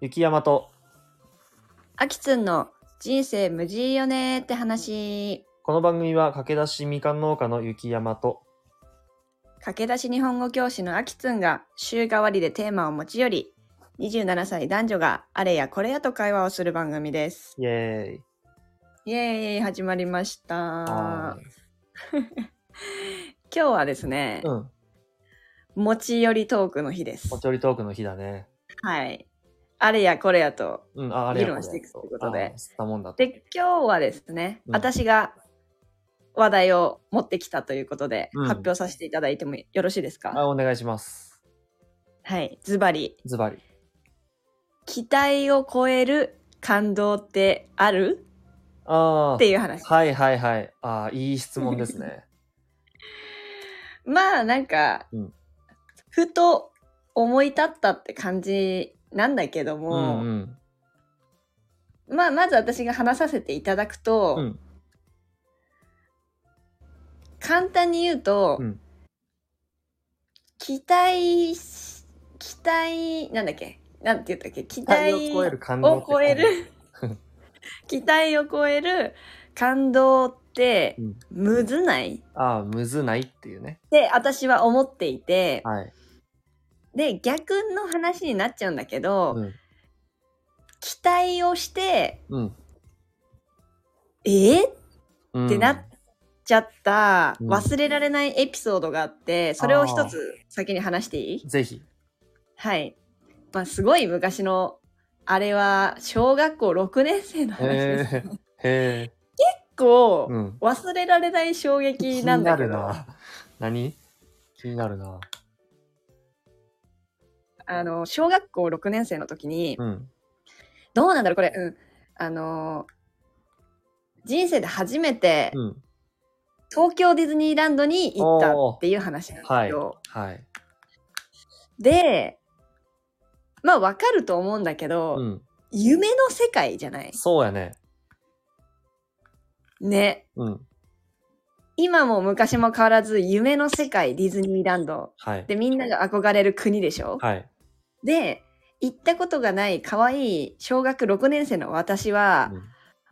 雪山と、あきつんの人生無事よねーって話。この番組は駆け出しみかん農家の雪山と、駆け出し日本語教師のあきつんが週替わりでテーマを持ち寄り、27歳男女があれやこれやと会話をする番組です。イエーイ。イエーイ、始まりました。は今日はですねーい、うん。持ち寄りトークの日ですお。ちょりトークの日だね。はい。あれやこれやと。うん、あ、あれや議論していくってことであー吸ったもんだと。で、今日はですね、うん私が話題を持ってきたということで、うん発表させていただいてもよろしいですかあ、お願いします。はい、ズバリ。ズバリ。期待を超える感動ってあるあってー。いう話。はいはいはい。あーいい質問です ね。まあなんか、うんふと思い立ったって感じなんだけどうも、んうん。まあまず私が話させていただくと、うん簡単に言うと、うん期待し期待なんだっけなんて言ったっけ期期待待を超える感動を超える 期待を超える感動ってうんむずないっあーむずないっていうね。て私は思っていて、はい。で逆の話になっちゃうんだけど、うん。期待をしてうん。えっうんってなっちゃったうん忘れられないエピソードがあって、それを一つ先に話していいぜひ。はい。まあすごい昔のあれは小学校6年生の話です。へー。へ結構、ー。うん。忘れられない衝気撃になんなだけるどな。何気になるな。あの小学校6年生の時に、うん。どうなんだろうこれ、うん、あの人生で初めてうん。東京ディズニーランドに行ったっていう話なんですよ。はい。でまあわかると思うんだけど、うん。夢の世界じゃないそうやね。ねうん。今も昔も変わらず夢の世界ディズニーランドはい。でみんなが憧れる国でしょ、はい。で行ったことがない可愛い小学6年生の私は、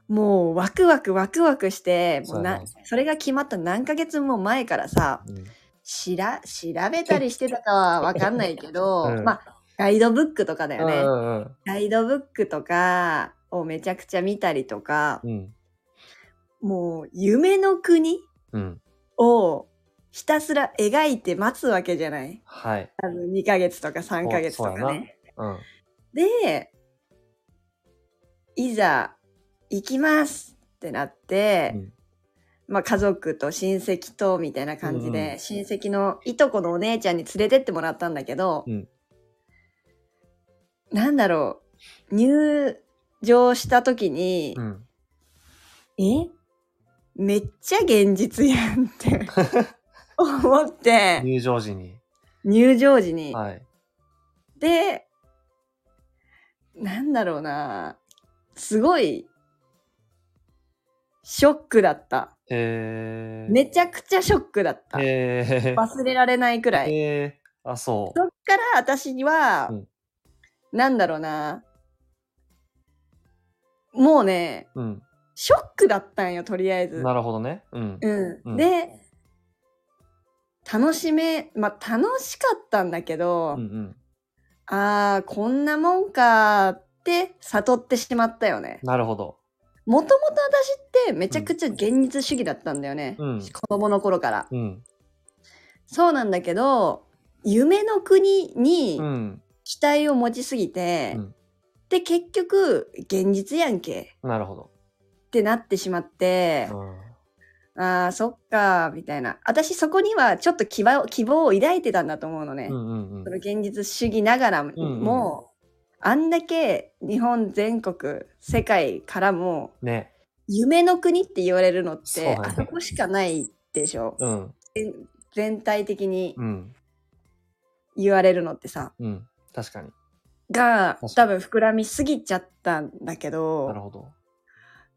もうワクワクワクワクしてもうなそうやそれが決まった何ヶ月も前からさうんうんしら調べたりしてたかは分かんないけど、 うんまあガイドブックとかだよね、うんうんガイドブックとかをめちゃくちゃ見たりとかうん。もう夢の国うん。をひたすら描いて待つわけじゃないはい。多分2ヶ月とか3ヶ月とそうそうかやねな。うん。で、いざ行きますってなって、うんまあ家族と親戚とみたいな感じうんで、うん親戚のいとこのお姉ちゃんに連れてってもらったんだけど、うんなんだろう、入場した時にう、ん。えめっちゃ現実やんって 思って、入場時に。入場時に。はい。で、なんだろうな、すごい、ショックだった。へえ。めちゃくちゃショックだった。へえ。忘れられないくらい。へえ。あ、そそっから私には、うんなんだろうな、もうね、う。うん。ショックだったんよ、とりあえず。なるほどね。うん。うん。うんで、楽しめ、まあ楽しかったんだけうど、んうん。ああ、こんなもんかーって悟ってしまったよね。なるほど。もともと私ってめちゃくちゃ現実主義だったんだよね、うん子供の頃から。うん。そうなんだけど夢の国にうん。期待を持ちすぎて、うんで結局現実やんけなるほど。ってなってしまって、うんあーそっかーみたいな私そこにはちょっと希望希望を抱いてたんだと思うのね、うんうんうんその。現実主義ながらも、あんだけ日本全国世界からもね。夢の国って言われるのっそうてだねあそこしかないでしょ、うん。全体的にうん。言われるのってさうん。確かに。が確か多に分膨らみすぎちゃったんだけなるどほど。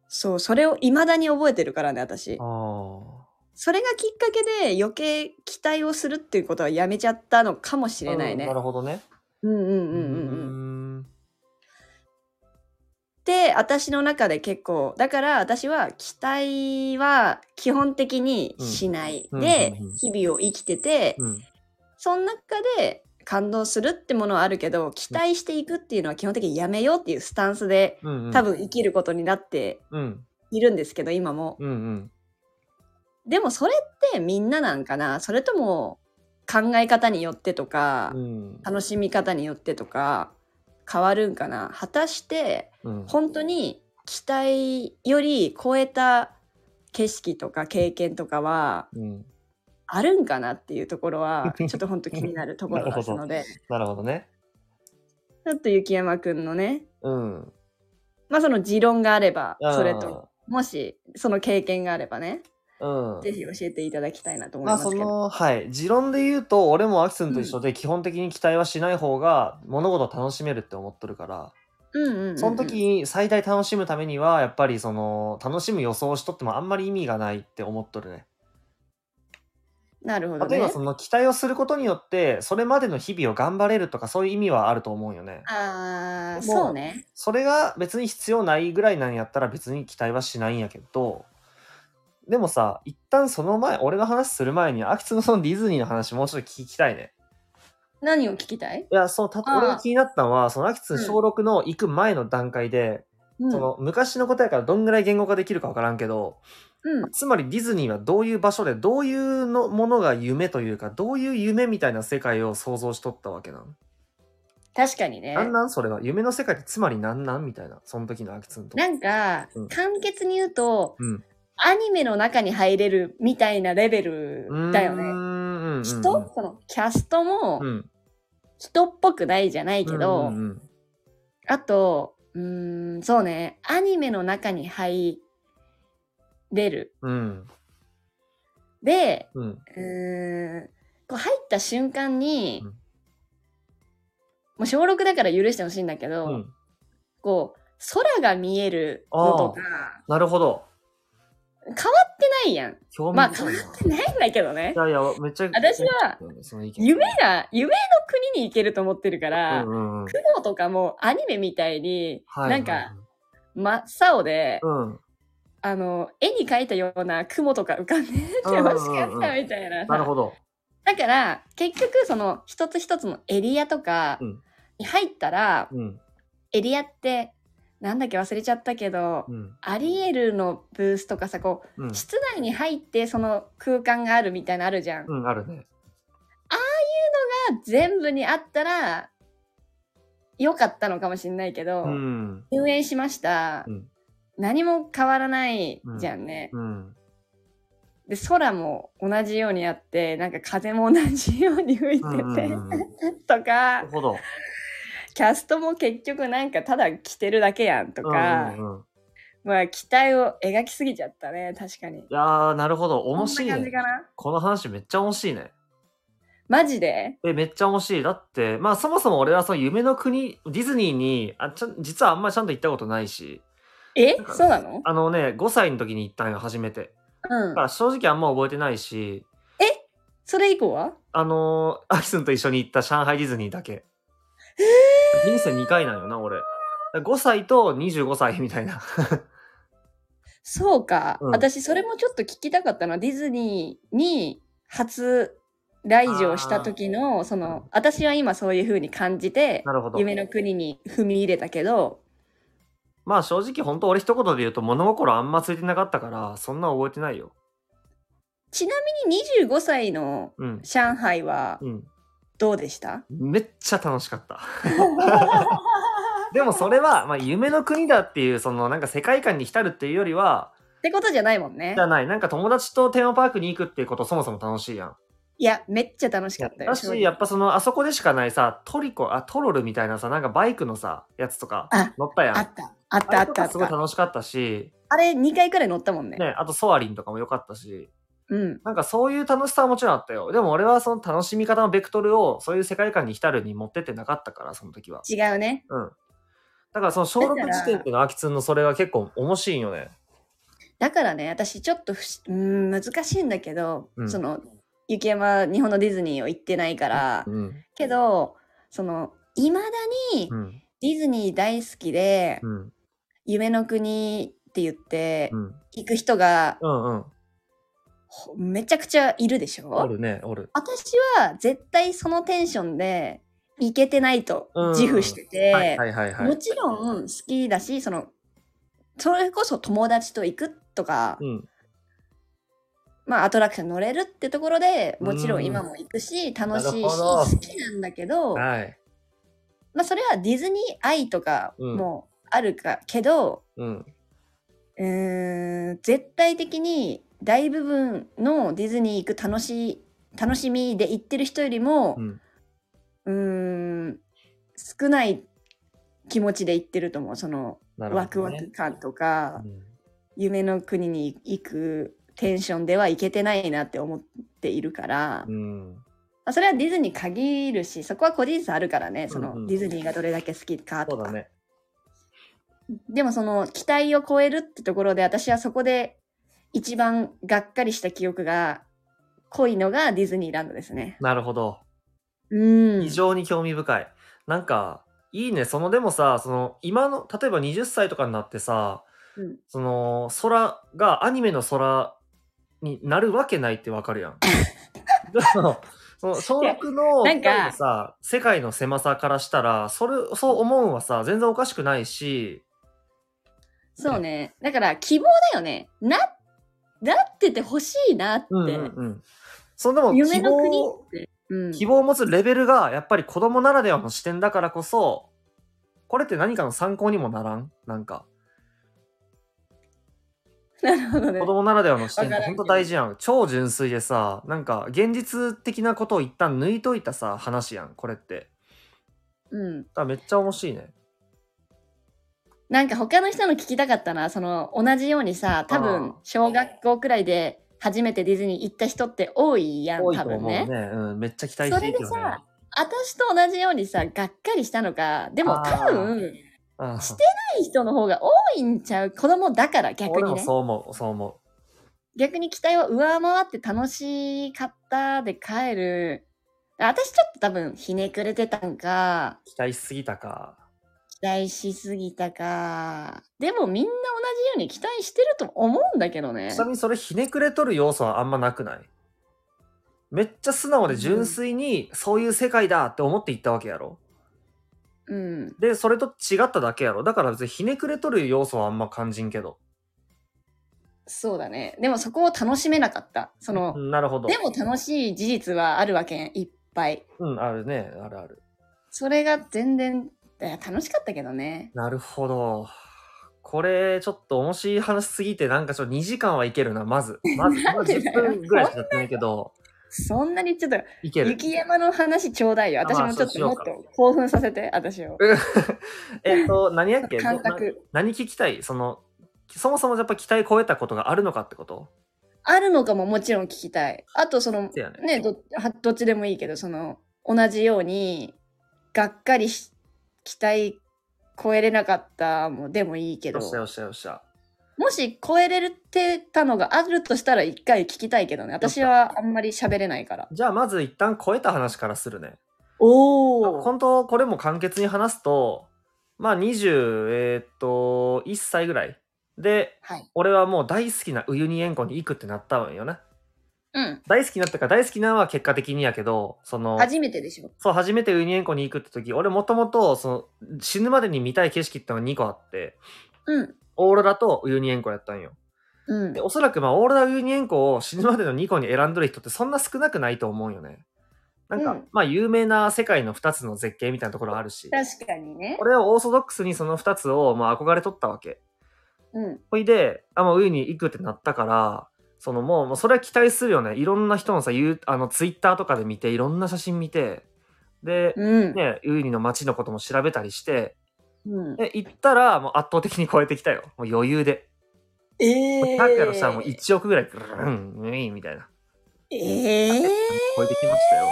そうそれを未だに覚えてるからね私ああ。それがきっかけで余計期待をするっていうことはやめちゃったのかもしれないうんねなるほどね。うんうんううんうんうんんって私の中で結構だから私は期待は基本的にしないうんでうんうんうん日々を生きてて、うん。その中で感動するってものはあるけど期待していくっていうのは基本的にやめようっていうスタンスでうん、うん。多分生きることになってうん。いるんですけど今も。うん。うん。でもそれってみんななんかなそれとも考え方によってとか、うん。楽しみ方によってとか変わるんかな果たしてうん。本当に期待より超えた景色とか経験とかはうん。あるんかなっていうとこ ろはちょっと本当気になるところですのでなるほどね。ちょっと雪山くんのねうん。まあその持論があればあーそれと。もしその経験があればねうん。ぜひ教えていただきたいなと思いまあますそけど、の、はい。持論で言うと、俺もアキスンと一緒で、基本的に期待はしない方が、物事を楽しめるって思っとるから、うんうんうんうんその時、最大楽しむためには、やっぱりその、楽しむ予想をしとってもあんまり意味がないって思っとるね。なるほど例えばねその期待をすることによって、それまでの日々を頑張れるとか、そういう意味はあると思うよね。ああでもそうねそれが別に必要ないぐらいなんやったら別に期待はしないんやけど、でもさ、一旦その前、俺の話する前に、アキツのそのディズニーの話もうちょっと聞きたいね。何を聞きたい、いや、そう、たあー俺が気になったのは、そのアキツうん小6の行く前の段階で、うん、その昔の答えからどんぐらい言語化できるかわからんけど、うんつまりディズニーはどういう場所で、どういうのものが夢というか、どういう夢みたいな世界を想像しとったわけなの確かにねなんなんそれは夢の世界ってつまりなんなんみたいなその時のアキツンとなんか、うん簡潔に言うと、うんアニメの中に入れるみたいなレベルだようーね。んうんうん人、そのキャストもうん人っぽくないじゃないけど、うんうんあとうーんそうねアニメの中に入れるうんでうんうんうーんこう入った瞬間に、うんもう小6だから許してほしいんだけど、うんこう空が見えるのとかなるほど変わってないやん。興まあ味深いな、ないんだけどね。いやいやめっちゃ私はその意見夢が、夢の国に行けると思ってるから、うんうんうん苦労とかもアニメみたいに、はいなんか真っ青で、うんあの、絵に描いたような雲とか浮かんでうんてうんうんうん欲しかったみたいなさ。なるほどだから、結局、その、一つ一つのエリアとかうんに入ったら、うんエリアって、なんだっけ忘れちゃったけど、うんアリエルのブースとかさ、こうう、ん室内に入ってその空間があるみたいなのあるじゃん。うんあるね全部にあったら良かったのかもしれないけど、うん入園しました、うん何も変わらないじゃんね、うんで空も同じようにあってなんか風も同じように吹いてうんうんうて、んなるとかほどキャストも結局なんかただ着てるだけやん とか、うんうんうんまあ期待を描きすぎちゃったね確かにいやーなるほど面白こんなねい感じかなこの話めっちゃ面白いねマジでえ、めっちゃ面白い。だって、まあそもそも俺はその夢の国、ディズニーに、あちゃん実はあんまりちゃんと行ったことないし、えなんかそうなのあのね、5歳の時に行ったんよ、初めて。うだんから正直あんま覚えてないし、それ以降はあのー、アキスンと一緒に行った上海ディズニーだけ。人生2回なんよな、俺。だから5歳と25歳みたいな。 そうか、うん私それもちょっと聞きたかったなディズニーに初来場した時のその私は今そういう風に感じてなるほど。夢の国に踏み入れたけどまあ正直本当俺一言で言うと物心あんまついてなかったから、そんな覚えてないよ。ちなみに25歳のうん。上海はうん。どうでした、めっちゃ楽しか った。でもそれは、まあ、夢の国だっていう、そのなんか世界観に浸るっていうよりは、ってことじゃないもんねじゃない、なんか友達とテーマパークに行くっていうことそもそも楽しいやん。いやめっちゃ楽しかったよだ正直し、やっぱその、あそこでしかないさ、トリコ、あ、トロルみたいなさ、なんかバイクのさ、やつとかあ乗ったやん。あったあったれあっとたかあっすごいた楽しかったし、あれ2回くらい乗ったもんねね、あとソアリンとかも良かったし、うんなんかそういう楽しさはもちろんあったよ。でも俺はその楽しみ方のベクトルを、そういう世界観に浸るに持ってってなかったから、その時は。違うねうん。だからその小6時点っていうのは空きんのそれが結構面白いんよね。だからね私ちょっとふしうーん難しいんだけど、うんその雪山日本のディズニーを行ってないから、うん。けどそのいまだにうん。ディズニー大好きで、うん。夢の国って言って、うん。行く人がうんうん。ほめちゃくちゃいるでしおょるね、おる。私は絶対そのテンションで行けてないと自負してて、はいはいはいはもい。ちろん好きだしそのそれこそ友達と行くとか、うん。まあ、アトラクション乗れるってところでもちろうんん今も行くし、楽しいしなるほど好きなんだけど、はい。まあ、それはディズニー愛とかうんもあるか、けどうん。うーん絶対的に大部分のディズニー行く楽しい楽しみで行ってる人よりもう、ん。うーん少ない気持ちで行ってると思うそのなるほど、ね。ワクワク感とか。うん夢の国に行くテンションでは行けてないなって思っているから、まうん。あそれはディズニーに限るしそこは個人差あるからねその、うんうんディズニーがどれだけ好きかそとうだか、ね。でもその期待を超えるってところで私はそこで一番がっかりした記憶が濃いのがディズニーランドですね。なるほど。うん、非常に興味深い。なんか、いいね。その、でもさ、その、今の、例えば20歳とかになってさ、うんその、空がアニメの空になるわけないってわかる やん。でもその小6のいやなんか二人のさ世界の狭さからしたらそれそう思うんはさ全然おかしくないしそうねだから希望だよねななっててほしいなって、うんうんうんそのでも夢希の国望って、うん、希望を持つレベルがやっぱり子供ならではの視点だからこそこれって何かの参考にもならんなんかなるほどね子供ならではの視点っわてから本んけ当ど大事やん超純粋でさなんか現実的なことを一旦抜いといたさ話やんこれってうんだからめっちゃ面白いねなんか他の人の聞きたかったなその同じようにさ多あー分小学校くらいで初めてディズニー行った人って多いやん多い多と思分うねねうん、めっちゃ期待していいけどそれねでさ私と同じようにさがっかりしたのかでもあー多分うんしてない人の方が多いんちゃう子供だから逆俺にもねそう思うそう思逆に期待を上回って楽しかったで帰る私ちょっと多分ひねくれてたんかう期待しすぎたか期待しすぎたかでもみんな同じように期待してると思うんだけどねちなみにそれひねくれとる要素はあんまなくないめっちゃ素直で純粋にそういう世界だって思っていったわけやろうんでそれと違っただけやろだから別にひねくれとる要素はあんま感じんけどそうだね。でもそこを楽しめなかった。その、うんなるほどでも楽しい事実はあるわけやんいっぱい。うんあるねあるあるそれが全然、いや楽しかったけどね。なるほどこれちょっと面白い話すぎてなんかちょっと2時間はいけるなまずま ずまんずでだよ10分ぐらいしかやってないけどそんなにちょっと、いける雪山の話ちょうだいよ。あまあ私もちょそっうしとよもうっかと興奮させて、私を。 えっと何やっけ感な覚。何聞きたいそのそもそもやっぱ期待超えたことがあるのかってことあるのかももちろん聞きたい。あとその、そうやねね、どはどっちでもいいけど、その、同じように、がっかりし、期待超えれなかったもでもいいけよど。っしゃよっしゃよっしゃもし超えれてたのがあるとしたら一回聞きたいけどね。私はあんまり喋れないから。じゃあまず一旦超えた話からするねお本当これも簡潔に話すとまあ20えーっと1歳ぐらいではい。俺はもう大好きなウユニ塩湖に行くってなったんよねうん。大好きになったから大好きなのは結果的にやけどその初めてでしょ。そう初めてウユニ塩湖に行くって時俺もともとその死ぬまでに見たい景色ってのが2個あってうん。オーロラとウユニ塩湖やったんようんで。おそらくまあオーロラウユニ塩湖を死ぬまでの2個に選んどる人ってそんな少なくないと思うんよねなんか、うんまあ有名な世界の2つの絶景みたいなところあるし確かにね。俺はオーソドックスにその2つをまあ憧れとったわけうん。ほいで、あ、まあ、ウユニ行くってなったから、そのもう、もうそれは期待するよね。いろんな人のさ、言うあの、ツイッターとかで見て、いろんな写真見て、で、うん。ね、ウユニの街のことも調べたりして、うん、で、行ったら、もう圧倒的に超えてきたよ。もう余裕で。もえうえキャラキャラしたらもう1億ぐらい、ぐるん、ウィーンみたいな。ええ超えてきましたよ。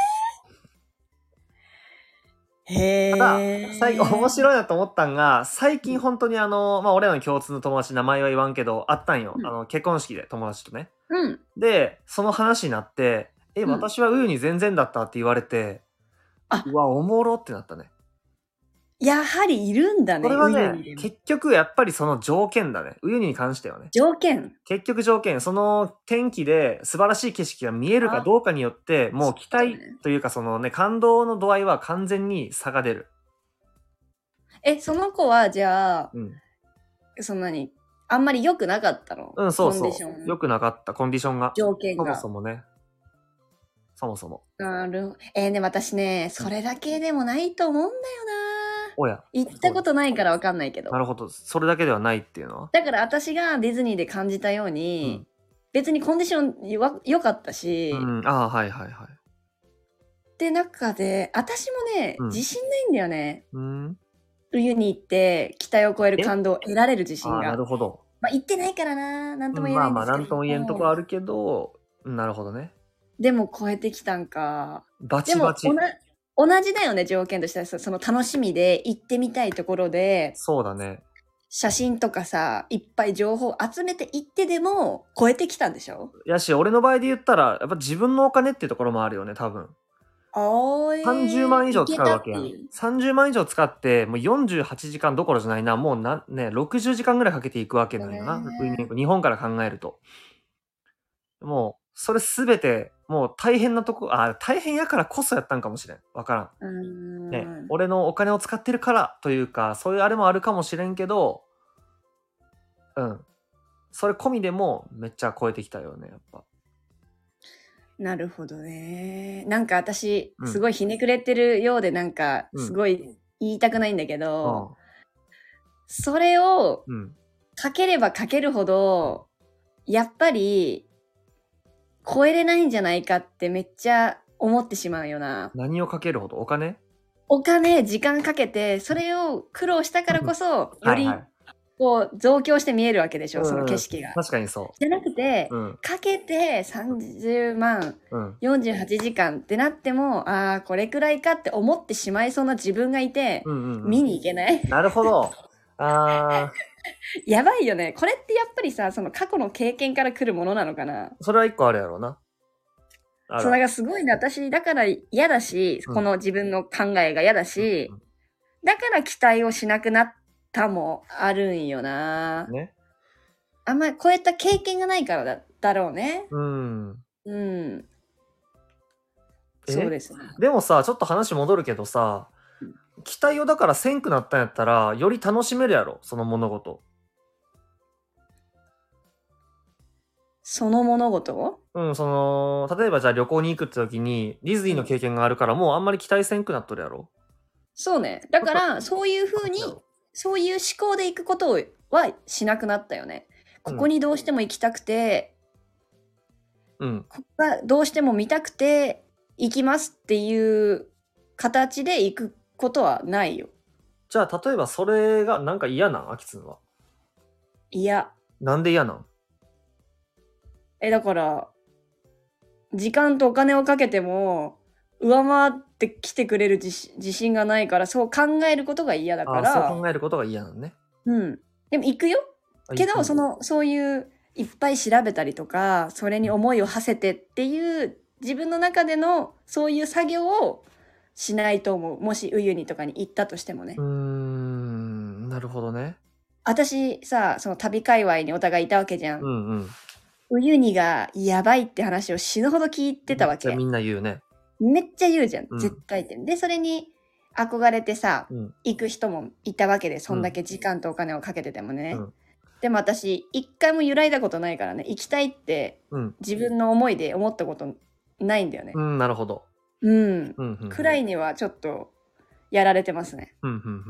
へただ、最後、面い。白いなと思ったんが、最近本当にあの、まあ、俺らの共通の友達、名前は言わんけど、あったんよ。うんあの、結婚式で友達とね。うん。で、その話になって、え、うん私はウユニ全然だったって言われて、あうわ、おもろってなったね。やはりいるんだね。これはウユニでねも、結局やっぱりその条件だね。ウユニに関してはね。条件結局条件、その天気で素晴らしい景色が見えるかどうかによって、もう期そうだ待ねというかそのね、感動の度合いは完全に差が出る。え、その子はじゃあ、うん。そんなに、あんまり良くなかったのうん、そうコンそディションう。良くなかった、コンディションが。条件そもが。そもね。そもそも。なるほど。えー、ね、私ね、それだけでもないと思うんだよな。おや、行ったことないからわかんないけどな。るほど。それだけではないっていうのはだから私がディズニーで感じたように、うん別にコンディションは良かったし、うん、ああ、はいはいはい。で、中で、私もね、うん自信ないんだよね。うん。ウユニ行って、期待を超える感動を得られるあ自信あ、なが。るほど。まあ、行ってないからな、なんとも言えまないあんでまあ、すけど。なんとも言えんとこあるけど、なるほどね。でも超えてきたんか。バでチもバチ同。同じだよね、条件としては。そその楽しみで、行ってみたいところで、そうだね。写真とかさ、いっぱい情報集めて行ってでも、超えてきたんでしょやし、俺の場合で言ったら、やっぱ自分のお金っていうところもあるよね、多分。あーえー30万以上使うわけやん行たっていう。 30万以上使って、もう48時間どころじゃないな、もうな、ね、60時間ぐらいかけていくわけなんよな、ねウイニング日本から考えると。もう、それすべて、もう大変なとこ、あ、大変やからこそやったんかもしれん。わからうーんん。ね、俺のお金を使ってるからというか、そういうあれもあるかもしれんけど、うん。それ込みでもめっちゃ超えてきたよね、やっぱ。なるほどね。なんか私う、んすごいひねくれてるようで、なんか、うんすごい言いたくないんだけど、うそれをん。うん。かければかけるほど、やっぱり、超えれないんじゃないかってめっちゃ思ってしまうよな。何をかけるほどお金お金、時間かけて、それを苦労したからこそ、よはいりはい。こう増強して見えるわけでしょ、うんその景色が。確かにそじゃなくて、う。うん。かけて30万、うん。 48時間ってなっても、ああ、これくらいかって思ってしまいそうな自分がいて、うんうんうん見に行けない なるほど。ああ、やばいよね。これってやっぱりさ、その過去の経験から来るものなのかな。それは一個あるやろうな。あそうだかるらすごいね、私、だから嫌だし、うんこの自分の考えが嫌だし、だから期待をしなくなったもあるんよな。ね。あんまりこういった経験がないからだだろうね。うん。うん。えそうですね。でもさ、ちょっと話戻るけどさ、期待をだからせんくなったんやったら、より楽しめるやろ、その物事。その物事をうん、その、例えばじゃあ旅行に行くって時に、ディズニーの経験があるから、もうあんまり期待せんくなっとるやろ。そうね。だから、そういうふうに、そういう思考で行くことはしなくなったよね。ここにどうしても行きたくて、うん。ここがどうしても見たくて行きますっていう形で行くことはないよ。じゃあ、例えばそれがなんか嫌なん、アキツンは。いや、なんで嫌なんえ、だから、時間とお金をかけても、上回ってきてくれる自信自信がないから、そう考えることが嫌だかあら。そう考えることが嫌なんね。うん。でも行くよ。あけいいど、ねその、そういう、いっぱい調べたりとか、それに思いを馳せてっていう、自分の中での、そういう作業をしないと思う。もし、ウユニとかに行ったとしてもね。うーん、なるほどね。私さ、その旅界隈にお互いいたわけじゃん。うんうん。ウユニがやばいって話を死ぬほど聞いてためわっけちゃ。みんな言うね。めっちゃ言うじゃんう。ん絶対って。で、それに憧れてさ、うん行く人もいたわけで、そんだけ時間とお金をかけててもね。うんでも私、一回も揺らいだことないからね、行きたいってうん。自分の思いで思ったことないんだよねう。ん、なるほど。うん。うんうんうん、くらいにはちょっとやられてますね。うんうんうんうん。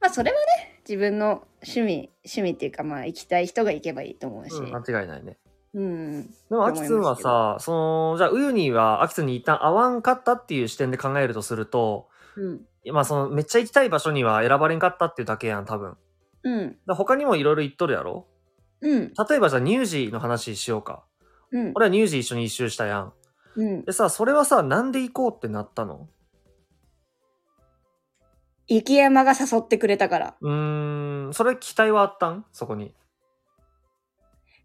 まあ、それはね、自分の趣味、趣味っていうか、まあ、行きたい人が行けばいいと思うし。うん間違いないね。うん。でも、アキツンはさ、その、じゃあ、ウユニはアキツンに一旦会わんかったっていう視点で考えるとすると、うん。まあ、その、めっちゃ行きたい場所には選ばれんかったっていうだけやん、多分。うん。だ他にもいろいろ行っとるやろうん。例えば、じゃあ、乳児の話しようか。うん。俺は乳児一緒に一周したやん。うんで。さ、それはさ、なんで行こうってなったの雪山が誘ってくれたから。うーん、それ期待はあったんそこに。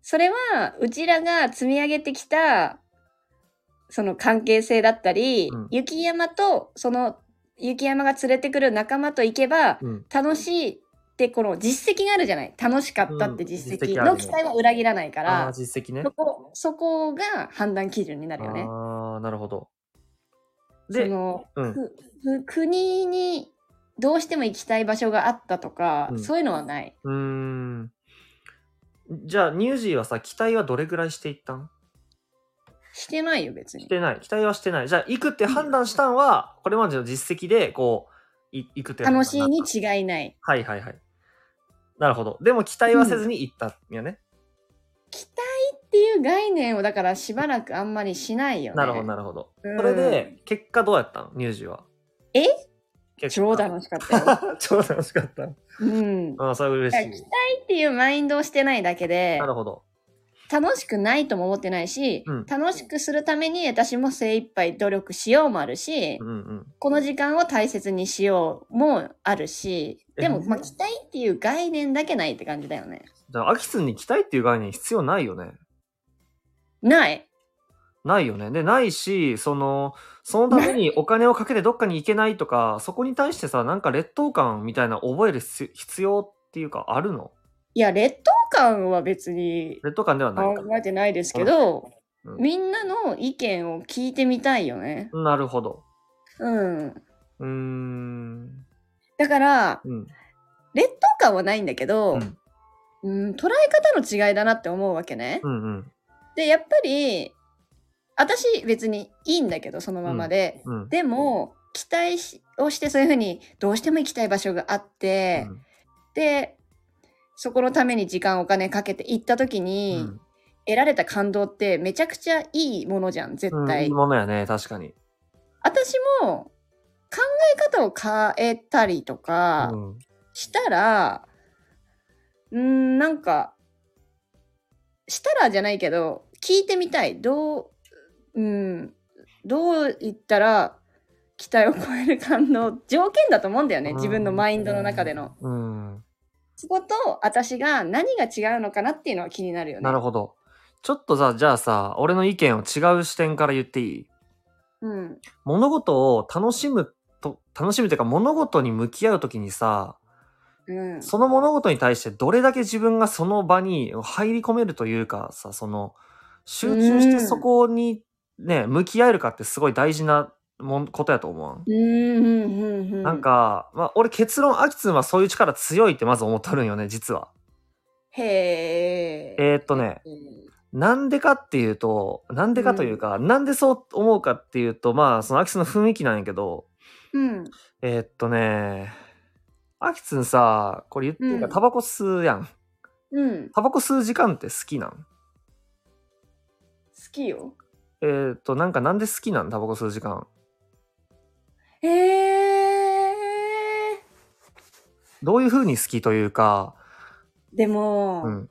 それはうちらが積み上げてきたその関係性だったり、うん雪山とその雪山が連れてくる仲間と行けばうん。楽しいってこの実績があるじゃない楽しかったって実うん実績績あるのね期待は裏切らないかああらー、、実績ね。そこそこが判断基準になるよね。ああ、なるほど。そで、のうん。くく国にどうしても行きたい場所があったとか、うんそういうのはない。うーん。じゃあ、ニュージーはさ、期待はどれぐらいしていったんしてないよ別にし。てない。期待はしてない。じゃあ、行くって判断したんは、これまでの実績で、こう、い行くって判断楽しいに違いない。はいはいはい。なるほど。でも、期待はせずに行ったんやね。期待っていう概念をだからしばらくあんまりしないよね。なるほど、なるほど。うんそれで、結果どうやったんニュージーは。え結超果楽しかった よ。超楽しかった。うん。ああ、それは嬉しいやい期。っていうマインドをしてないだけでなるほど。楽しくないとも思ってないし、うん楽しくするために私も精一杯努力しようもあるし、うんうん。この時間を大切にしようもあるしでも、えまあ、期待っていう概念だけないって感じだよね。じゃあ、アキスに期待っていう概念必要ないよね。ないないよね。で、ないし、その、そのためにお金をかけてどっかに行けないとか、そこに対してさ、なんか劣等感みたいな覚える必必要っていうか、あるのいや劣等感は別に劣等感ではない考か。えてないですけど、うんみんなの意見を聞いてみたいよね。なるほど。うん、うーん。だからうん。劣等感はないんだけうど、ん。うん、捉え方の違いだなって思うわけね。うんうん。でやっぱり私別にいいんだけどそのままで、うん。でも期待しをしてそういうふうにどうしても行きたい場所があって、うんでそこのために時間お金かけて行った時うに、ん得られた感動ってめちゃくちゃいいものじゃん絶うん、い対、いものやね、確かに。私も考え方を変えたりとかうん、したらうんんなんかしたらじゃないけど聞いてみたいどううんどう言ったら期待を超える感動条件だと思うんだよね自分のマインドの中での。うん。そこと私が何が違うのかなっていうのは気になるよね。なるほど。ちょっとさ、じゃあさ、俺の意見を違う視点から言っていいうん物事を楽しむと、楽しむというか物事に向き合うときにさ、うん、その物事に対してどれだけ自分がその場に入り込めるというかさ、その、集中してそこにね、向き合えるかってすごい大事なもんことやと思わん。うんうんうんうんなんか、まあ、俺結論、アキツンはそういう力強いってまず思っとるんよね、実は。へえ。えーっとね、なんでかっていうと、なんでかというか、なんでそう思うかっていうと、まあ、そのアキツンの雰囲気なんやけど、うん。えーっとね、アキツンさ、これ言っていいか、うんタバコ吸うやん。うん。好タバコ吸う時間って好きなんきよ。えーっと、なんかなんで好きなんタバコ吸う時間。へえ。どういう風に好きというか、でも、うん、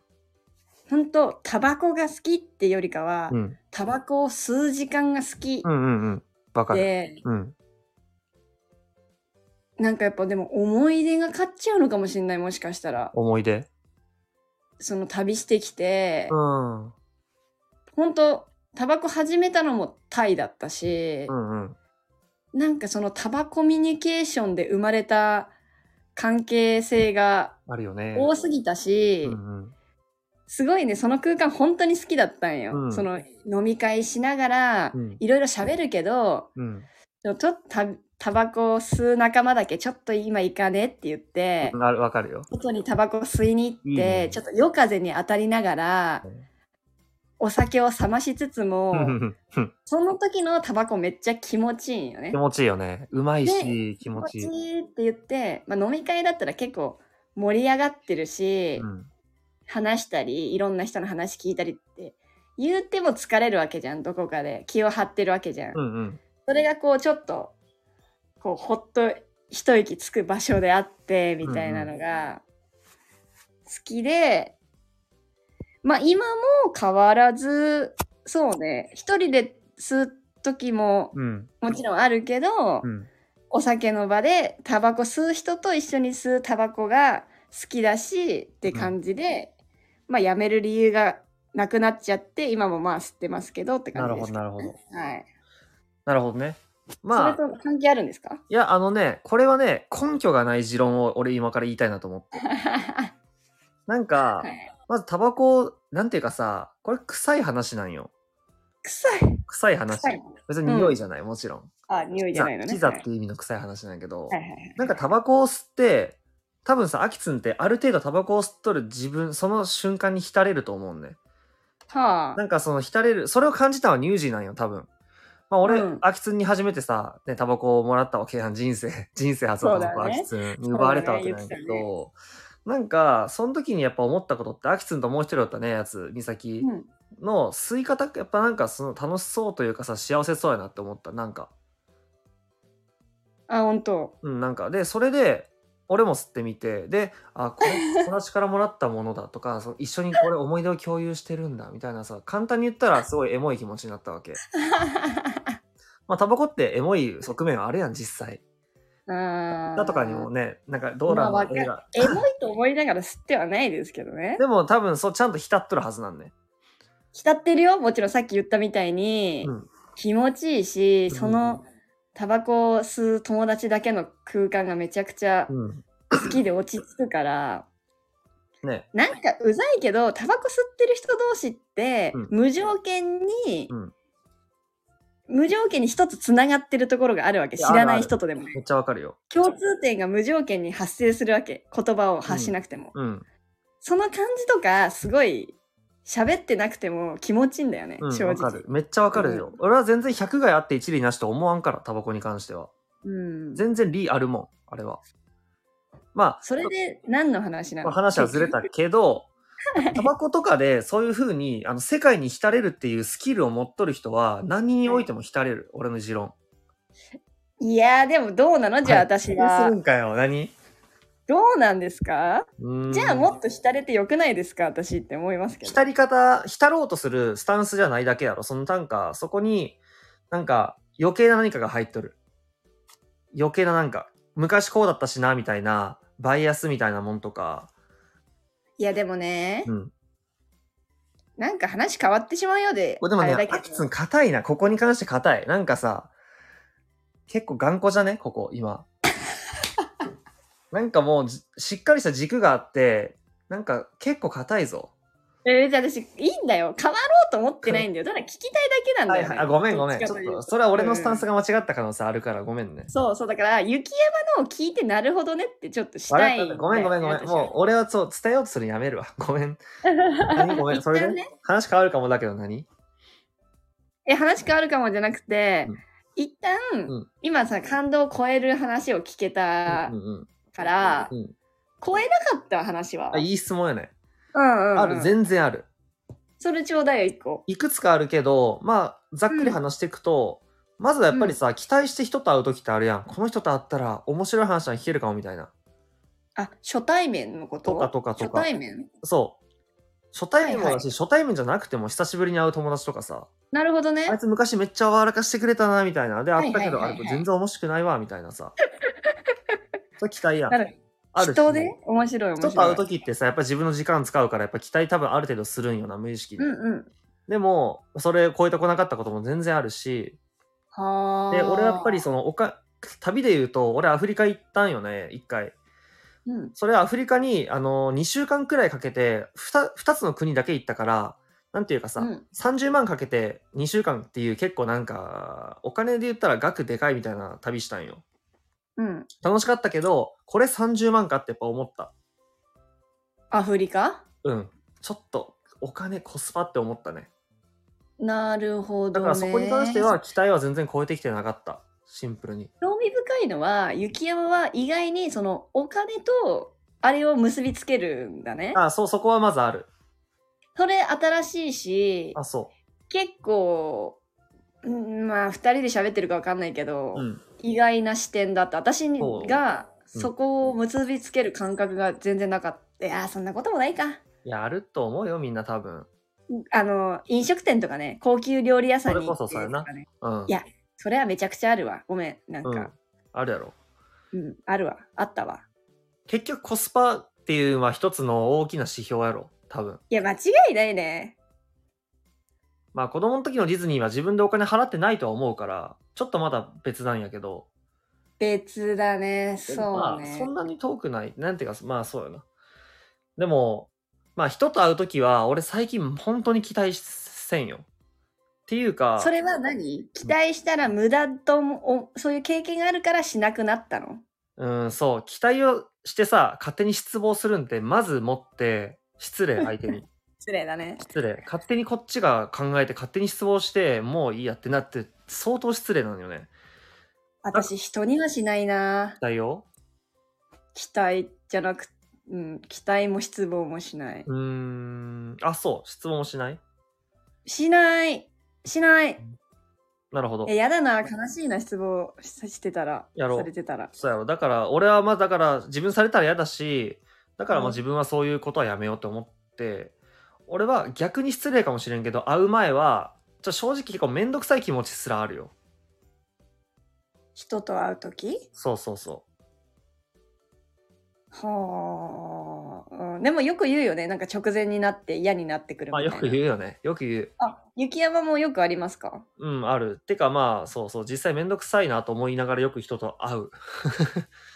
ほんと、タバコが好きってよりかは、うん、タバコを吸う時間が好きうん、うん、うん、わかる。で、うん。なんかやっぱでも思い出が勝っちゃうのかもしれない、もしかしたら。思い出。その旅してきてう、ん、うん、ほんと、タバコ始めたのもタイだったし、うん。なんかそのタバコミュニケーションで生まれた関係性があるよね。多すぎたし、うん、すごいね、その空間本当に好きだったんよ。うんその飲み会しながらうん、いろいろ喋るけど、うん、うんでもちょっとたタバコを吸う仲間だけちょっと今行かねって言って、ある。わかるよ。外にタバコ吸いに行って、いいねちょっと夜風に当たりながら、お酒を冷ましつつも、うんうんその時のタバコめっちゃ気持ちいいんよね気。持ちいいよね。うまいし、気持ちい気持ちい。いいって言って、まあ、飲み会だったら結構盛り上がってるし、うん、話したりいろんな人の話聞いたりって言っても疲れるわけじゃんどこかで気を張ってるわけじゃん、うん、うん。それがこうちょっとこうほっと一息つく場所であってみたいなのが好きで、まあ今も変わらずそうね一人で吸う時もうん、もちろんあるけど、うん。お酒の場でタバコ吸う人と一緒に吸うタバコが好きだしって感じで、まあやめる理由がなくなっちゃって今もまあ吸ってますけどってな感るほど、じですなるほど。はいなるほどね。まあそれと関係あるんですか いやあのねこれはね根拠がない持論を俺今から言いたいなと思ってなんか、はいまずタバコなんていうかさこれ臭い話なんよ臭い臭い話臭い別に匂いじゃない、もちろんあ匂いじゃないのねキザっていう意味の臭い話なんやけど、はいはいはいなんかタバコを吸って多分さアキツンってある程度タバコを吸っとる自分その瞬間に浸れると思うんねはあなんかその浸れるそれを感じたのはニュージーなんよ多分まあ俺、うんアキツンに初めてさ、ね、タバコをもらったわけやん人生 人生初のタバコ、そうだねアキツンに奪われたわけなんやけど、なんかその時にやっぱ思ったことってアキツンともう一人だったねやつ美咲うんの吸い方やっぱなんかその楽しそうというかさ幸せそうやなって思ったなんかあ本当うん、なんかでそれで俺も吸ってみてであこれ 友達からもらったものだとかその一緒にこれ思い出を共有してるんだみたいなさ簡単に言ったらすごいエモい気持ちになったわ けまあタバコってエモい側面はあるやん実際だだとかにもねなんかドーラまあのわか映画エモいと思いながら吸ってはないですけどねでも多分そうちゃんと浸っとるはずなんね、浸ってるよもちろんさっき言ったみたいに、うん、気持ちいいしうんそのタバコを吸う友達だけの空間がめちゃくちゃうん好きで落ち着くから、ねなんかうざいけどタバコ吸ってる人同士って、うん無条件に、うん無条件に一つつながってるところがあるわけい知やらあるあないる人とでもねめっちゃわかるよ共通点が無条件に発生するわけ言葉を発しなくても、うんその感じとかすごい喋ってなくても気持ちいいんだよね、うん正わ直かるめっちゃわかるよ、俺は全然100害あって一理なしと思わんからタバコに関してはうん、全然理あるもんあれはまあそれで何の話なの、まあ、話はずれたけ ど、タバコとかでそういうふうにあの世界に浸れるっていうスキルを持っとる人は何においても浸れる、俺の持論。いやーでもどうなのじゃあ私は、するんかよ、何どうなんですかじゃあもっと。と浸れてよくないですか私って思いますけど浸り方、浸ろうとするスタンスじゃないだけやろ、その単価、そこになんか余計な何かが入っとる。余計ななんか、昔こうだったしな、みたいな、バイアスみたいなもんとか、いやでもね、うん。なんか話変わってしまうようでこれでもあれね、だアけキどツン硬いな、ここに関して硬い。なんかさ、結構頑固じゃねここ、 今。なんかもうじ、しっかりした軸があって、なんか結構硬いぞ。えーじゃあ私いいんだよ変わろうと思ってないんだよただ聞きたいだけなんはだいよ、はねい、あごめんごめん。どちっょっちかいうと、とそれは俺のスタンうスが間違った可能性あるから、ごめんねん。そうそうだから雪山のを聞いてなるほどねってちょっとした笑いったごめんごめんごめん。もう俺はそう伝えようとするのやめるわ。ごめ ん。何うごめん。それで、ね話変わるかもだけど何え話変わるかもじゃなくて、うん一旦、ん今さ感動を超える話を聞けたうんうんから、うん。超えなかった話はあ、いい質問やね。うんうんうん、ある、全然ある。それちょうだいよ一個いくつかあるけど、まあ、ざっくり話していくと、まずはやっぱりさ、期待して人と会う時ってあるやん。この人と会ったら面白い話が聞けるかもみたいな。あ初対面のこととかとかとか初対面そう。初対面もだはいし、初対面じゃなくても久しぶりに会う友達とかさ、なるほどねあいつ昔めっちゃ笑かしてくれたな、みたいな。で、は会いったけど、はあいはいれはいこれ全然面白くないわ、みたいな さ。それ期待やんな。るあるし人で面白い面白人いと会う時ってさ、やっぱ自分の時間使うから、やっぱ期待多分ある程度するんよな、無意識で。うんうんでも、それ超えてこなかったことも全然あるし、はあで俺はやっぱりそのおか旅で言うと俺アフリカ行ったんよね一回うんそれはアフリカにあの2週間くらいかけて 2, 2つの国だけ行ったからなんていうかさ、うん30万かけて2週間っていう結構なんかお金で言ったら額でかいみたいな旅したんようん楽しかったけどこれ30万かってやっぱ思ったアフリカうんちょっとお金コスパって思ったねなるほだどねからそこに関しては期待は全然超えてきてなかったシンプルに興味深いのは雪山は意外にそのお金とあれを結びつけるんだねあそうそこはまずあるそれ新しいしあそ結構うんまあ2人で喋ってるか分かんないけど、ううん意外な視点だった私にそうがうんそこを結びつける感覚が全然なかった、いやーそんなこともないかいやあると思うよみんな多分あの飲食店とかね高級料理屋さんに行ってそれこそそうやなとかねうんいやそれはめちゃくちゃあるわごめんなんうんか、、あるやろうんあるわあったわ結局コスパっていうのは一つの大きな指標やろ多分いや間違いないねまあ子供の時のディズニーは自分でお金払ってないとは思うから、ちょっとまだ別なんやけど、別だね。でもまそうあねそん。なに遠くない。なんていうか、まあそうよな。でも、まあ人と会う時は、俺最近本当に期待せんよ。っていうか、それは何期待したら無駄ともおそういう経験があるからしなくなったのうん、そう、期待をしてさ、勝手に失望するんって、まず持って、失礼相手に。失礼だね。失礼。勝手にこっちが考えて、勝手に失望して、もういいやってなって、相当失礼なのよね。私人にはしないな期。待を。期待じゃなく、うん、期待も失望もしない。うーん、あ、そう、質問もしないしないしないなるほどえ、。やだな、悲しいな、失望ししてたら。やろうされてたら。そうやろ。だから、俺はまあ、だから、自分されたら嫌だし、だからまあうん自分はそういうことはやめようと思って、俺は逆に失礼かもしれんけど、会う前は、ちょ正直結構めんどくさい気持ちすらあるよ。人と会うときそうそうそう。はあ、うんでもよく言うよね。なんか直前になって嫌になってくるまあみたよいな。く言うよね。よく言う。あ、雪山もよくありますかうん、ある。てかまあ、そうそう、実際めんどくさいなと思いながらよく人と会う。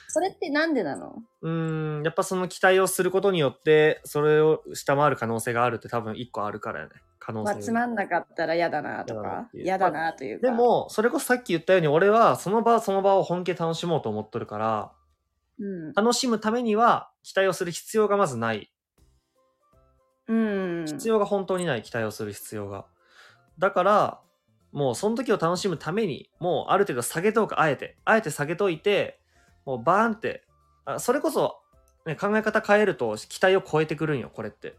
それってなんでなのうーん、やっぱその期待をすることによって、それを下回る可能性があるって多分一個あるからやね。可能まあ、性つ。まんなかったら嫌だなとか、嫌嫌だだななというか。で、も、それこそさっき言ったように、俺はその場その場を本気で楽しもうと思っとるから、うん。楽しむためには期待をする必要がまずない。うん。必要が本当にない期待をする必要が。だから、もうその時を楽しむために、もうある程度下げとく、あえて。あえて下げといて、もうバーンって。あそれこそ、ね、考え方変えると期待を超えてくるんよ、これって。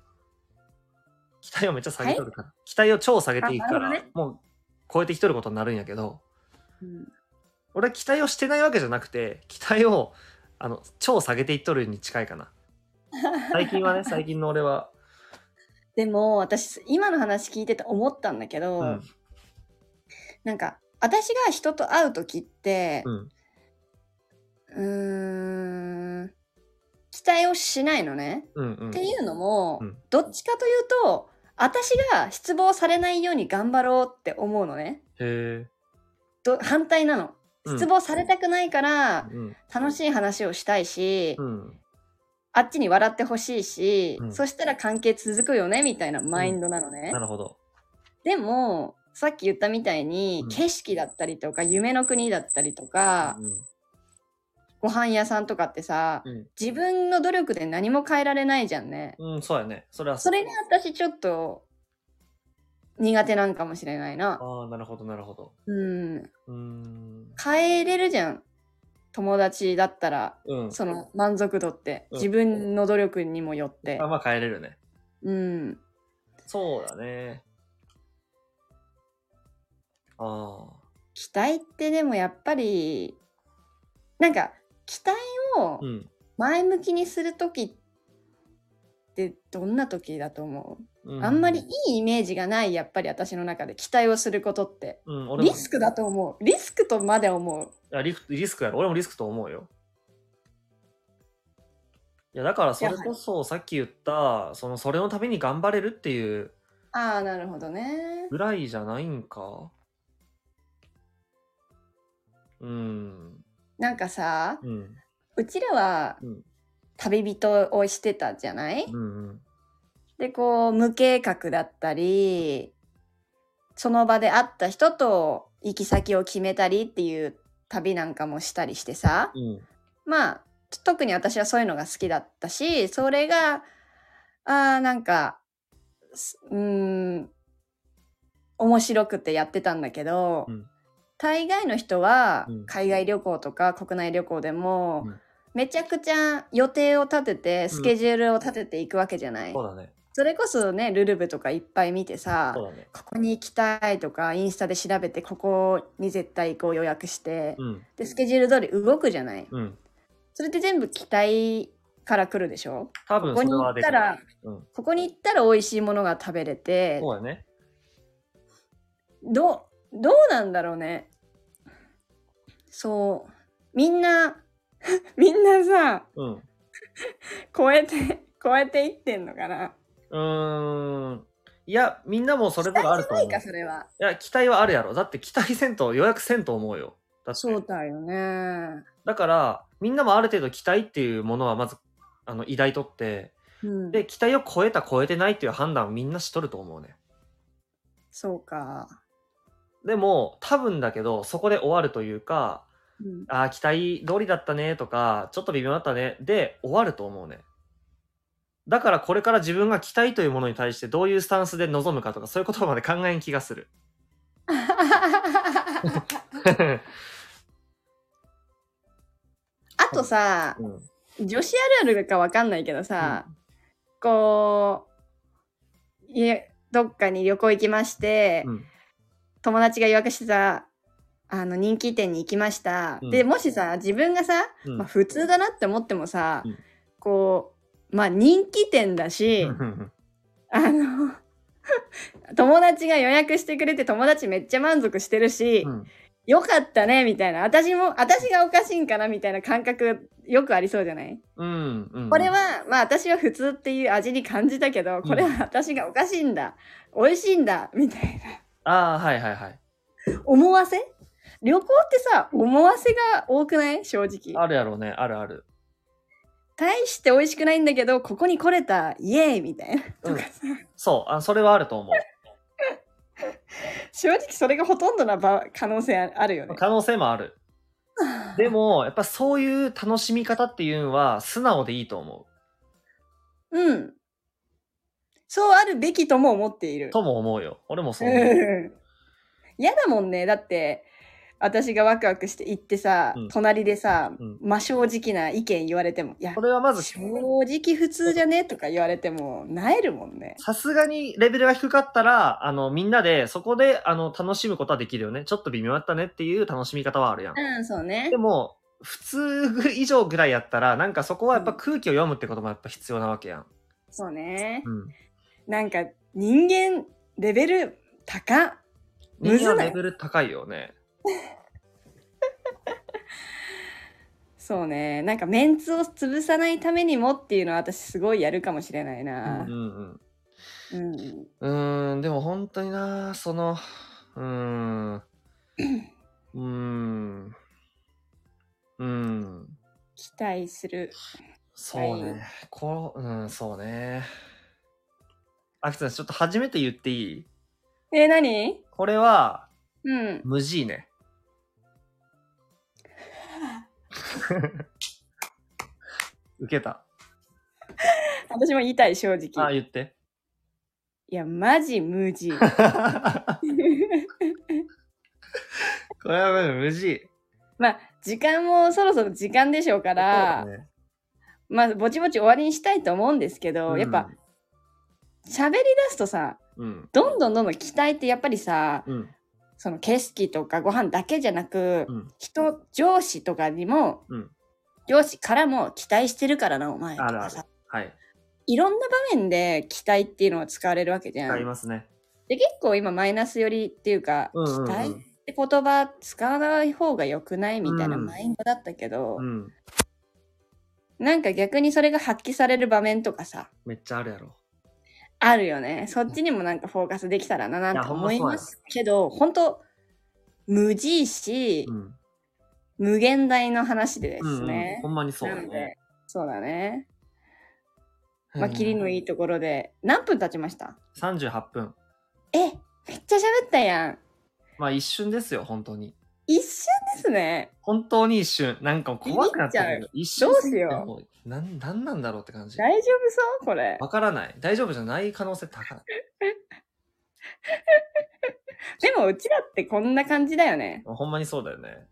期待をめっちゃ下げとるから。期待を超下げていくかあら、なるほもう超えてきとることになるんやけど、うん俺は期待をしてないわけじゃなくて、期待を、あの、超下げていっとるに近いかな。最近はね、最近の俺 は。でも、私、今の話聞いてて思ったんだけど、うん。なんか、私が人と会うときってう、ん。うーん、期待をしないのね。うん。うんっていうのも、うんどっちかというと私が失望されないように頑張ろうって思うのねへど反対なのえ。うん失望されたくないからうん。楽しい話をしたいし、うん。あっちに笑ってほしいし、うんそしたら関係続くよねみたいなマインドなのね、なるほど。でもさっき言ったみたいに、うん景色だったりとか夢の国だったりとか、うんご飯屋さんとかってさうん。自分の努力で何も変えられないじゃんね、うん、そうやね。それはそそうれが私ちょっと苦手なんかもしれないな。ああ、なるほど、なるほど。うん。うーん。変えれるじゃん。友達だったら、うん。その満足度って、うん自分の努力にもよってあ。まあ、変えれるね。うん。そうだね。ああ。期待ってでもやっぱり、なんか期待をうん。前向きにするときってどんなときだと思う、うあんまりい。いイメージがない、やっぱり私の中で期待をすることって。うん、俺もリスクだと思う。リスクとまで思う。いやリフリスクやろ俺もリスクと思うよいやだからそれこそさっき言ったそのそれのために頑張れるっていうああ、なるほどね。ぐらいじゃないんかうんなんかさ、うんうちらはうん旅人をしてたじゃない、うんうんで、こう、無計画だったり、その場で会った人と行き先を決めたりっていう旅なんかもしたりしてさ、うんまあ、と特に私はそういうのが好きだったし、それが、あーなんか、すうーん、面白くてやってたんだけど、うん大概の人はうん海外旅行とか国内旅行でも、うんめちゃくちゃ予定を立てて、スケジュールを立てていくわけじゃない。そうだねそれこそね、ルルブとかいっぱい見てさそ、うだねここに行きたいとか、インスタで調べて、ここに絶対行こう予約して、うんで、スケジュール通り動くじゃない。うんそれって全部期待から来るでしょ多分こそこにれ行はっでかたらい、うん、ここに行ったら美味しいものが食べれてそうだねどうどうなんだろうねそうみんな みんなさうんう超えて超えていってんのかなーんいや、みんなもそれぞれあると思う。期待じゃないかそれはいや、期待はあるやろ。だって期待せんと予約せんと思うよ。だってそうだよねだから、みんなもある程度期待っていうものはまず、あの、抱いとって、うんで、期待を超えた超えてないっていう判断をみんなしとると思うね。そうか、でも、多分だけど、そこで終わるというか、 うん、ああ、期待通りだったねとか、ちょっと微妙だったねで終わると思うね。だからこれから自分が期待というものに対してどういうスタンスで臨むかとか、そういうことまで考えん気が する。あとさうん女子あるあるかわかんないけどさ、こういえどっかに旅行行きまして、うん友達が予約してたあの人気店に行きました、うんでもしさ自分がさ、うんまあ、普通だなって思ってもさ、うんこうまあ人気店だし、うんあの 友達が予約してくれて友達めっちゃ満足してるし、うんよかったねみたいな私も私がおかしいんかなみたいな感覚よくありそうじゃないうんうんこれはまあ私は普通っていう味に感じたけどこれは私がおかしいんだ、美味しいんだみたいああはいはいはいな思わせ旅行ってさ思わせが多くない正直あるやろうねあるある大して美味しくないんだけどここに来れたイエーイみたいなうんとかさそうあそれはあると思う正直それがほとんどな場可能性ああるよね可能性もあるでもやっぱそういう楽しみ方っていうのは素直でいいと思うんそうあるべきとも思っているうとも思うよ俺もそう思ううん嫌だもんねだって私がワクワクして行ってさ、うん隣でさ、うん真正直な意見言われても「いやそれはまず正直普通じゃね?」とか言われてもなえるもんね。さすがにレベルが低かったらあのみんなでそこであの楽しむことはできるよねちょっと微妙だったねっていう楽しみ方はあるやんうんそうねでも普通以上ぐらいやったらなんかそこはやっぱ空気を読むってこともやっぱ必要なわけやん、そうねう。ん、なんか人間レベル高っむ人ず間はないレベル高いよねそうねなんかメンツを潰さないためにもっていうのは私すごいやるかもしれないなうん。うんうんうん、うーん、でも本当にな、その、うーん、うーん、うーん、期待する。そうね、はいこう、うん、そうね。あきさん、ちょっと初めて言っていいえ何これは、うん。無事ね。受けた。私も言いたい正直。あ、言って。いや、マジ無地。 これは無事。まあ、時間もそろそろ時間でしょうから、そうだねまあ、ぼちぼち終わりにしたいと思うんですけど、やっぱ、、喋り出すとさ、うん、どんどんどんどん期待ってやっぱりさ、うん、その景色とかご飯だけじゃなく、うん人、上司とかにも、うん上司からも期待してるからな、お前とあるあかるさ。はい。いろんな場面で期待っていうのは使われるわけじゃありん。ますね。で、結構今マイナス寄りっていうか、うんうんうん期待って言葉使わない方が良くないみたいなうんマインドだったけど、うん。なんか逆にそれが発揮される場面とかさ、めっちゃあるやろ。あるよね。そっちにもなんかフォーカスできたらななんて思いいやほんまそうやますけど、本当無慈悲し、うん。無限大の話でですうんうんね。ほんまにそうだなのねで。、そうだね。まうあ、ん切りのいいところで、何分経ちました38分。え、めっちゃ喋ったやん。まあ一瞬ですよ、本当に。一瞬ですね。本当に一瞬。なんか怖くなってくビビる。一瞬どうしよもう。なん、なんなんだろうって感う。じ。大丈夫そうこれ。わからない。大丈夫じゃない可能性高い。でもうちらってこんな感じだよね。ほんまにそうだよね。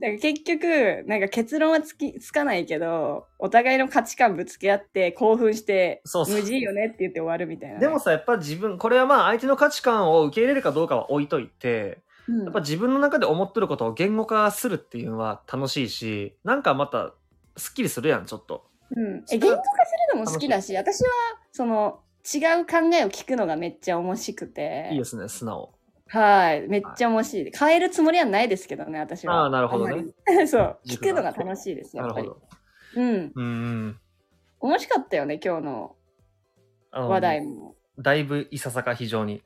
だから結局、なんか結論はつきつかないけど、お互いの価値観ぶつけ合って、興奮して、そうそう無事いいよねって言って終わるみたいなね、でもさ、やっぱ自分、これはまあ相手の価値観を受け入れるかどうかは置いといて、うん、やっぱ自分の中で思ってることを言語化するっていうのは楽しいし、なんかまた、すっきりするやん、ちょっと。うん、え言語化するのも好きだし、私はその違う考えを聞くのがめっちゃ面白くて、いいですね、素直。はい、めっちゃ面白い。変えるつもりはないですけどね、私は。ああ、なるほどね。あんまり。 そう、自聞分くはのが楽しいです、なやるっぱほど。り。うん、うんうん。面白かったよね、今日のあの話題も。だいぶいささか非常に。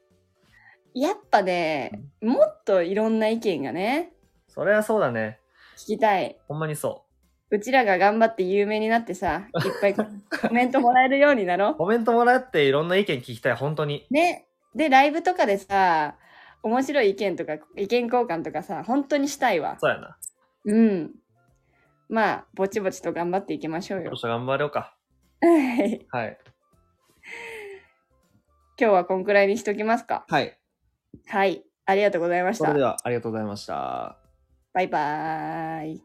やっぱね、もっといろんな意見がね、それはそうだね。聞きたい。ほんまにそうちらが頑張って有名になってさ、いっぱいコメントもらえるようになろうう。。コメントもらっていろんな意見聞きたい、本当に。ね、でライブとかでさ面白い意見とか意見交換とかさ本当にしたいわそうやな。うんまあぼちぼちと頑張っていきましょうちょよ っと頑張ろうか。はいはい。今日はこんくらいにしときますかはい。はいありがとうございましそれたでは、ありがとうございました。バイバーイ